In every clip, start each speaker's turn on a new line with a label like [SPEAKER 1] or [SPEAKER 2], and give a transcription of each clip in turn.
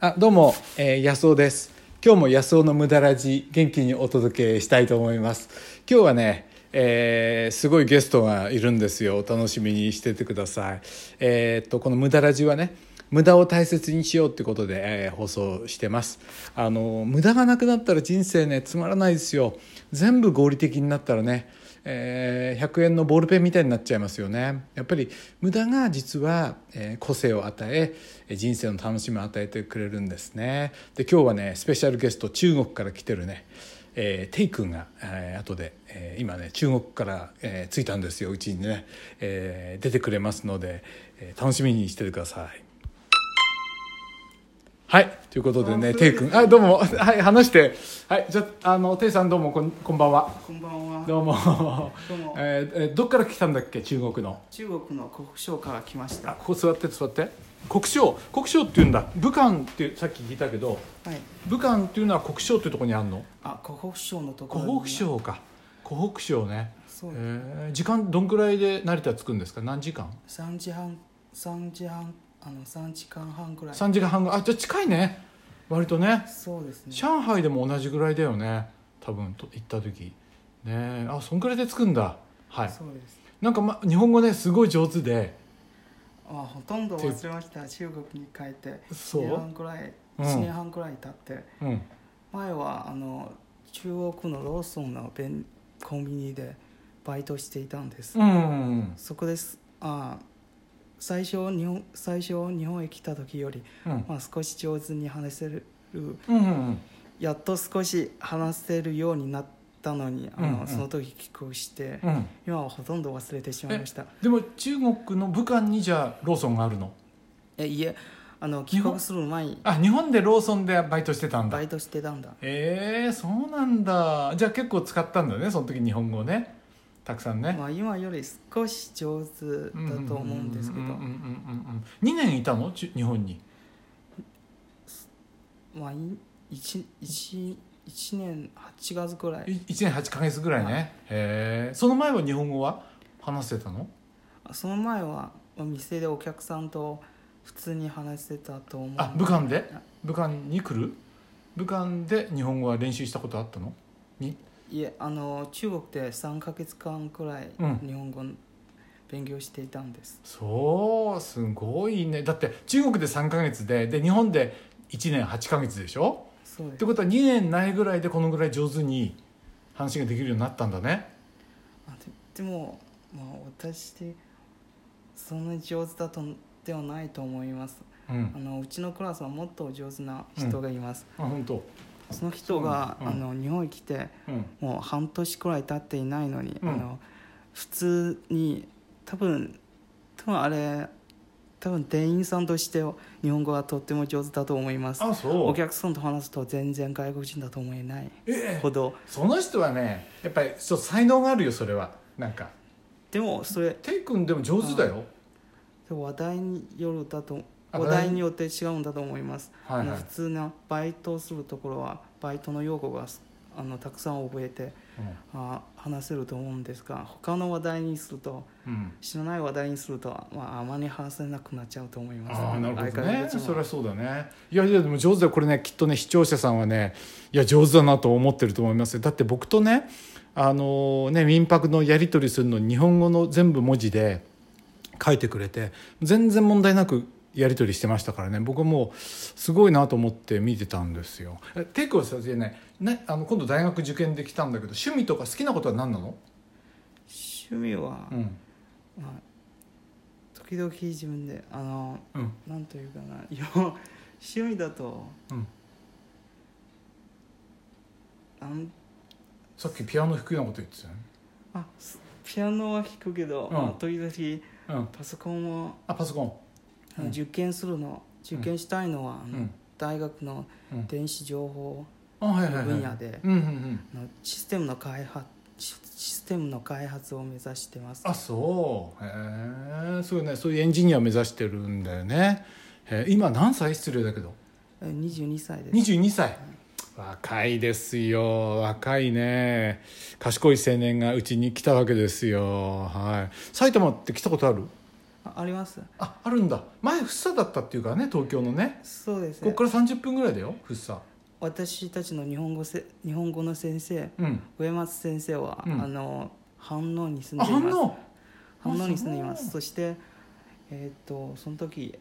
[SPEAKER 1] あどうも、えー、安尾です今日も安尾の無駄ラジ元気にお届けしたいと思います今日はね、えー、すごいゲストがいるんですよお楽しみにしててくださいえーっとこの無駄ラジはね無駄を大切にしようってことで、えー放送してますあの無駄がなくなったら人生ねつまらないですよ全部合理的になったらねえー100円のボールペンみたいになっちゃいますよねやっぱり無駄が実は、えー個性を与ええー人生の楽しみを与えてくれるんですねで今日はねスペシャルゲスト中国から来てるね、えー、テイ君が、えー、後で、えー今ね中国から、えー着いたんですようちにね、えー出てくれますので、えー楽しみにしててくださいはい。ということでね、テイ君。あ、どうも。はい、話して。はい。じゃあ、あの、テイさんどうも、こん、こんばんは。
[SPEAKER 2] こんばんは。
[SPEAKER 1] どうも。
[SPEAKER 2] どうも
[SPEAKER 1] えーえーどっから来たんだっけ中国の。
[SPEAKER 2] 中国の国章から来ました。
[SPEAKER 1] あ
[SPEAKER 2] は
[SPEAKER 1] ここ座って座って。国章国章っていうんだ。武漢ってさっき聞いたけど、
[SPEAKER 2] い。
[SPEAKER 1] 武漢っていうのは国章っていうところにあるの。
[SPEAKER 2] あ、国章のところに。
[SPEAKER 1] 湖北省か。湖北省ね。
[SPEAKER 2] そうです。
[SPEAKER 1] えー時間どんくらいで成田着くんですか。何時間？
[SPEAKER 2] 三時半、三時半、あの三時間半ぐらい。
[SPEAKER 1] 三時間半ぐらい。あ、じゃあ近いね。割とね。
[SPEAKER 2] そうですね。
[SPEAKER 1] 上海でも同じぐらいだよね。多分と行った時。ねえ、あ、そんくらいで着くんだ。はい。
[SPEAKER 2] そうです。
[SPEAKER 1] なんかま日本語ねすごい上手で。
[SPEAKER 2] あ、ほとんど忘れました。中国に帰って一
[SPEAKER 1] そう
[SPEAKER 2] 年半ぐらい、
[SPEAKER 1] うん
[SPEAKER 2] 一年半ぐらい経って、
[SPEAKER 1] うん。
[SPEAKER 2] 前はあの中国のローソンの便コンビニでバイトしていたんです。
[SPEAKER 1] うんうんうん。
[SPEAKER 2] そこです。あ、最初日本最初日本へ来た時より。
[SPEAKER 1] うん
[SPEAKER 2] まあ、少し上手に話せる
[SPEAKER 1] うんうん
[SPEAKER 2] やっと少し話せるようになったのにあの、
[SPEAKER 1] うんうん
[SPEAKER 2] その時帰国して、
[SPEAKER 1] うんうん
[SPEAKER 2] 今はほとんど忘れてしまいました
[SPEAKER 1] でも中国の武漢にじゃあローソンがあるの
[SPEAKER 2] えいえあの
[SPEAKER 1] 日
[SPEAKER 2] 帰
[SPEAKER 1] 本
[SPEAKER 2] 国する前に
[SPEAKER 1] あ日本でローソンでバイトしてたんだ
[SPEAKER 2] バイトしてたんだ
[SPEAKER 1] えー、そうなんだじゃあ結構使ったんだねその時日本語ねたくさんね
[SPEAKER 2] まあ、今より少し上手だと思うんですけど
[SPEAKER 1] ううんうんうんうん2年いたのち日本に
[SPEAKER 2] まあ 1, 一一年8月ぐらい
[SPEAKER 1] 1年8ヶ月ぐらいね、
[SPEAKER 2] は
[SPEAKER 1] へえその前は日本語は話せたの
[SPEAKER 2] その前はまあ店でお客さんと普通に話せたと思う
[SPEAKER 1] あ武漢で
[SPEAKER 2] あ
[SPEAKER 1] 武漢に来る武漢で日本語は練習したことあったの
[SPEAKER 2] いえあの中国で3か月間くらい
[SPEAKER 1] うん
[SPEAKER 2] 日本語の勉強していたんです、
[SPEAKER 1] そうすごいねだって中国で3ヶ月でで日本で1年8ヶ月でしょ
[SPEAKER 2] そう
[SPEAKER 1] っ
[SPEAKER 2] で
[SPEAKER 1] て
[SPEAKER 2] す
[SPEAKER 1] ことは2年ないぐらいでこのぐらい上手に話ができるようになったんだね
[SPEAKER 2] あででも、まあ、私でそんなに上手だとではないと思います
[SPEAKER 1] うん
[SPEAKER 2] あのうちのクラスはもっと上手な人がいます、
[SPEAKER 1] あ本当
[SPEAKER 2] その人が、
[SPEAKER 1] そうな
[SPEAKER 2] あ
[SPEAKER 1] んだ
[SPEAKER 2] の日本に来て
[SPEAKER 1] うん
[SPEAKER 2] もう半年くらい経っていないのに、
[SPEAKER 1] うん
[SPEAKER 2] あの普通に多分多分あれ多分店員さんとして日本語はとっても上手だと思います
[SPEAKER 1] あそ
[SPEAKER 2] お
[SPEAKER 1] う
[SPEAKER 2] 客さんと話すと全然外国人だと思えない
[SPEAKER 1] ええ
[SPEAKER 2] ほど
[SPEAKER 1] その人はねやっぱりちょっと才能があるよそれはなんか
[SPEAKER 2] でもそれ
[SPEAKER 1] テイ君でも上手だよ
[SPEAKER 2] 話題によるだと
[SPEAKER 1] あ
[SPEAKER 2] 話題によって違うんだと思います、
[SPEAKER 1] はい
[SPEAKER 2] あ
[SPEAKER 1] は
[SPEAKER 2] の
[SPEAKER 1] い
[SPEAKER 2] 普、通のバイトをするところはバイトの用語があのたくさん覚えてあ話せると思うんですが他の話題にすると
[SPEAKER 1] うんうん
[SPEAKER 2] 知らない話題にすると、まあ、あまり話せなくなっちゃうと思います
[SPEAKER 1] ああなるほどね
[SPEAKER 2] 相変わらず
[SPEAKER 1] それはそうだねいやいやでも上手だよこれねきっとね視聴者さんはねいや上手だなと思ってると思いますよだって僕とねあのね民泊のやり取りするのに日本語の全部文字で書いてくれて全然問題なくやり取りしてましたからね僕はもうすごいなと思って見てたんですよえテイクはさねねあの今度大学受験できたんだけど趣味とか好きなことは何なの、
[SPEAKER 2] 趣味は、
[SPEAKER 1] うん
[SPEAKER 2] まあ、時々自分であの
[SPEAKER 1] うん、
[SPEAKER 2] なんというかな趣味だと、
[SPEAKER 1] うん
[SPEAKER 2] なん
[SPEAKER 1] さっきピアノ弾くようなこと言ってたよね、
[SPEAKER 2] あすピアノは弾くけど、
[SPEAKER 1] うん
[SPEAKER 2] まあ時々
[SPEAKER 1] うん、
[SPEAKER 2] パソコンを、
[SPEAKER 1] あパソコン
[SPEAKER 2] あの
[SPEAKER 1] うん
[SPEAKER 2] 受験するの受験したいのは、あの
[SPEAKER 1] うん
[SPEAKER 2] 大学の
[SPEAKER 1] うん
[SPEAKER 2] 電子情報
[SPEAKER 1] あはいはいはい
[SPEAKER 2] 分野で、
[SPEAKER 1] うんうんうん
[SPEAKER 2] あのシステムの開発シシステムの開発を目指してます
[SPEAKER 1] あそうへえそうねそういうエンジニアを目指してるんだよねへえ今何歳失礼だけど
[SPEAKER 2] え22歳です
[SPEAKER 1] 22歳若いですよ若いね賢い青年がうちに来たわけですよはい埼玉って来たことある
[SPEAKER 2] ああります
[SPEAKER 1] ああるんだ前福生だったっていうからね東京のね
[SPEAKER 2] そうです
[SPEAKER 1] こ
[SPEAKER 2] ね
[SPEAKER 1] こから30分ぐらいだよ福生
[SPEAKER 2] 私たちの日本語せ日本語の先生
[SPEAKER 1] うん
[SPEAKER 2] 植松先生は、
[SPEAKER 1] うん
[SPEAKER 2] あの反応に住ん
[SPEAKER 1] あ
[SPEAKER 2] でいま
[SPEAKER 1] 反
[SPEAKER 2] す
[SPEAKER 1] 応
[SPEAKER 2] 反応に住んでいま
[SPEAKER 1] あ
[SPEAKER 2] す
[SPEAKER 1] そ
[SPEAKER 2] そしてえっ、とその時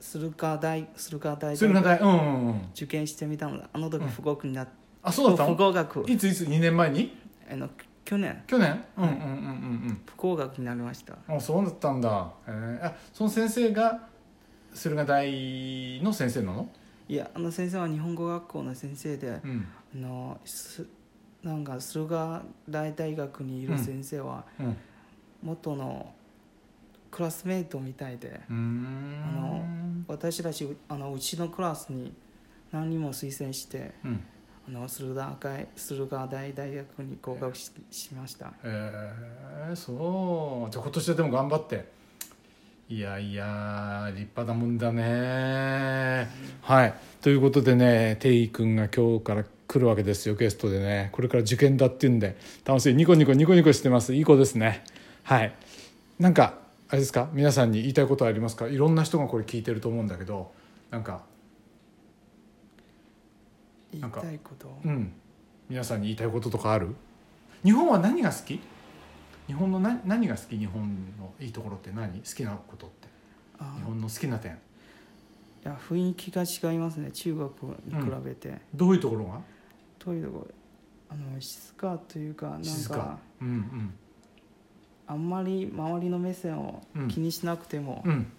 [SPEAKER 2] 駿河大駿河大
[SPEAKER 1] 駿
[SPEAKER 2] 学
[SPEAKER 1] 河台うんうんうん
[SPEAKER 2] 受験してみたのであの時
[SPEAKER 1] うん
[SPEAKER 2] 不合格になっ
[SPEAKER 1] あそうだった
[SPEAKER 2] 不
[SPEAKER 1] の
[SPEAKER 2] 合格
[SPEAKER 1] いついつ2年前に
[SPEAKER 2] あの去年
[SPEAKER 1] 去年うんうんうんうん
[SPEAKER 2] 不合格になりました
[SPEAKER 1] うんあそうだったんだへえあその先生が駿河台の先生なの
[SPEAKER 2] いやあの先生は日本語学校の先生で、
[SPEAKER 1] うん
[SPEAKER 2] あのすなんか駿河大大学にいる先生は
[SPEAKER 1] うんう
[SPEAKER 2] 元のクラスメイトみたいで、
[SPEAKER 1] ーん
[SPEAKER 2] 私たちあのうちのクラスに何人も推薦して
[SPEAKER 1] うん
[SPEAKER 2] あの駿河大駿河大大学に合格ししました
[SPEAKER 1] へえそうじゃあ今年はでも頑張っていやいや立派なもんだねはいということでねテイ君が今日から来るわけですよゲストでねこれから受験だっていうんで楽しいニコニコニコニコしてますいい子ですねはいなんかあれですか皆さんに言いたいことはありますかいろんな人がこれ聞いてると思うんだけどなんか
[SPEAKER 2] 言い
[SPEAKER 1] なんか
[SPEAKER 2] たいこと
[SPEAKER 1] うん皆さんに言いたいこととかある日本は何が好き日本のな何が好き日本のいいところって何好きなことって
[SPEAKER 2] あ
[SPEAKER 1] 日本の好きな点
[SPEAKER 2] いや雰囲気が違いますね中国に比べて、
[SPEAKER 1] どういうところが
[SPEAKER 2] どういうとこあの静かというかなん
[SPEAKER 1] 静か
[SPEAKER 2] か
[SPEAKER 1] うん
[SPEAKER 2] あんまり周りの目線を
[SPEAKER 1] うん
[SPEAKER 2] 気にしなくても、
[SPEAKER 1] うんうん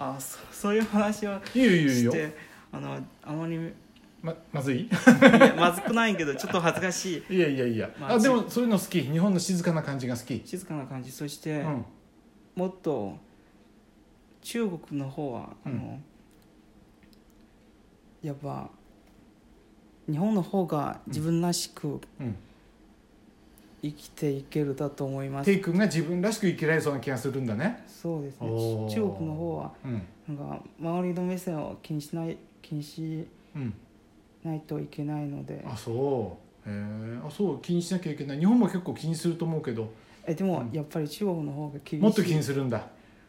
[SPEAKER 2] あそ そういう話を
[SPEAKER 1] いいよいいよいい
[SPEAKER 2] し
[SPEAKER 1] よ
[SPEAKER 2] てあのあまりい
[SPEAKER 1] ままずい い
[SPEAKER 2] やまずくないけどちょっと恥ずかしい
[SPEAKER 1] やいやいや
[SPEAKER 2] まあ
[SPEAKER 1] あでもそういうの好き日本の静かな感じが好き
[SPEAKER 2] 静かな感じそし
[SPEAKER 1] う
[SPEAKER 2] て、
[SPEAKER 1] ん
[SPEAKER 2] もっと中国の方はあの、やっぱ日本の方が自分らしく
[SPEAKER 1] うん
[SPEAKER 2] 生きていけるだと思います、
[SPEAKER 1] テイ君が自分らしく生きられそうな気がするんだね
[SPEAKER 2] そうですね
[SPEAKER 1] おー
[SPEAKER 2] 中国の方は
[SPEAKER 1] うん
[SPEAKER 2] なんか周りの目線を気にしない気にし
[SPEAKER 1] うん
[SPEAKER 2] ないといけないので
[SPEAKER 1] あそうへえあそう気にしなきゃいけない日本も結構気にすると思うけど
[SPEAKER 2] えでも
[SPEAKER 1] うん
[SPEAKER 2] やっぱり中国の方が厳しい
[SPEAKER 1] もっと気にするんだ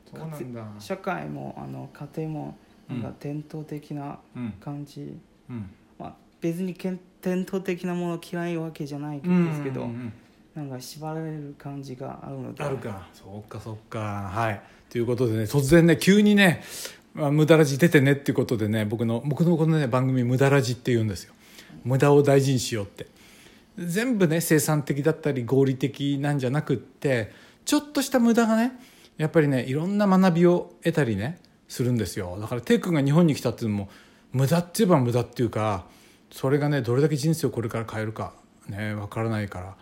[SPEAKER 1] そうなんだ
[SPEAKER 2] 社会もあの家庭もなん
[SPEAKER 1] う
[SPEAKER 2] か
[SPEAKER 1] ん
[SPEAKER 2] 伝統的な
[SPEAKER 1] うん
[SPEAKER 2] 感じ、
[SPEAKER 1] うん
[SPEAKER 2] まあ、別にけん伝統的なもの嫌いわけじゃない
[SPEAKER 1] うん
[SPEAKER 2] ですけど、
[SPEAKER 1] うんうん
[SPEAKER 2] なんか縛られる感じがあるので
[SPEAKER 1] あるかそっかそっかはいということでね突然ね急にね「あ無駄らじ出てね」っていうことでね僕の僕のこのね番組「無駄らじ」って言うんですよ無駄を大事にしようって全部ね生産的だったり合理的なんじゃなくってちょっとした無駄がねやっぱりねいろんな学びを得たりねするんですよだからテイ君が日本に来たっていうのも無駄って言えば無駄っていうかそれがねどれだけ人生をこれから変えるかねわからないから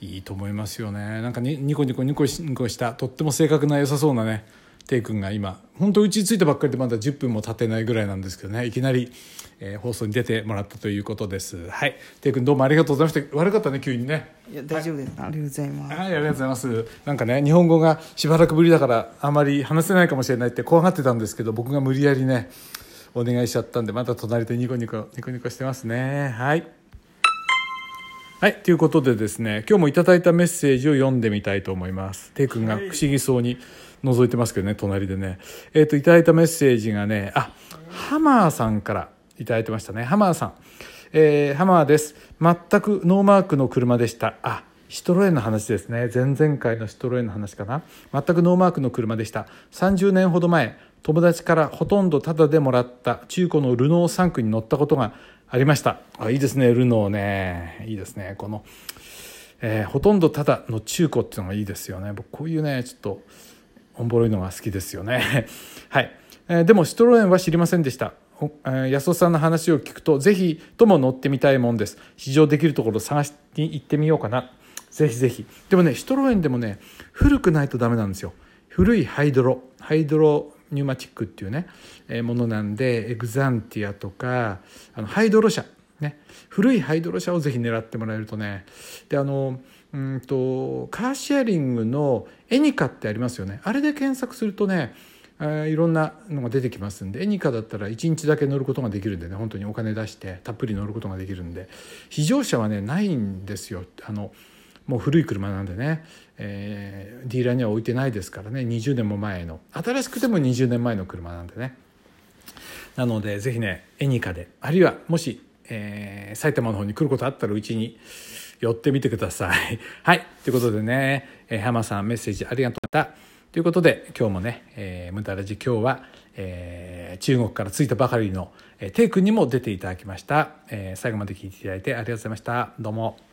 [SPEAKER 1] いいと思いますよねなんかにニコニコニコしニコしたとっても性格な良さそうなねテイ君が今本当うちに着いたばっかりでまだ10分も経ってないぐらいなんですけどねいきなり、えー放送に出てもらったということですはいテイ君どうもありがとうございました悪かったね急にね
[SPEAKER 2] いや大丈夫です、ありがとうございます、
[SPEAKER 1] はい、ありがとうございます。なんかね、日本語がしばらくぶりだから、あまり話せないかもしれないって怖がってたんですけど、僕が無理やりね、お願いしちゃったんで、また隣でニコニコ、ニコニコしてますね。はい。はい、ということでですね、今日もいただいたメッセージを読んでみたいと思います。てい君が不思議そうに覗いてますけどね、隣でね。えっ、と、いただいたメッセージがね、あ、ハマーさんからいただいてましたね。ハマーさん。えーハマーです。全くノーマークの車でした。あ、シトロエンの話ですね。前々回のシトロエンの話かな。全くノーマークの車でした。30年ほど前、友達からほとんどタダでもらった中古のルノーサンクに乗ったことがありました。あ、いいですね、ルノーね。いいですね。この、えーほとんどタダの中古っていうのがいいですよね。僕、こういうね、ちょっと、おんぼろいのが好きですよね。 はい。えーでも、シトロエンは知りませんでした。おえー安尾さんの話を聞くと、ぜひとも乗ってみたいもんです。試乗できるところを探しに行ってみようかな。ぜひぜひ。でもね、シトロエンでもね、古くないとダメなんですよ。古いハイドロ、ハイドロニューマチックっていうね、えーものなんで、エグザンティアとか、あのハイドロ車、ね、古いハイドロ車をぜひ狙ってもらえるとね、で、あの、うーんと、カーシェアリングのエニカってありますよね。あれで検索するとね、えーいろんなのが出てきますんでエニカだったら1日だけ乗ることができるんでね本当にお金出してたっぷり乗ることができるんで非常車はねないんですよあのもう古い車なんでね、えーディーラーには置いてないですからね20年も前の新しくても20年前の車なんでねなのでぜひねエニカであるいはもし、えー埼玉の方に来ることあったらうちに寄ってみてください。 はいということでね、えー、浜さんメッセージありがとうまたということで今日もね「えー、無駄ラジ」今日は、えー中国から着いたばかりの、えー、テイ君にも出ていただきました、えー最後まで聞いていただいてありがとうございましたどうも。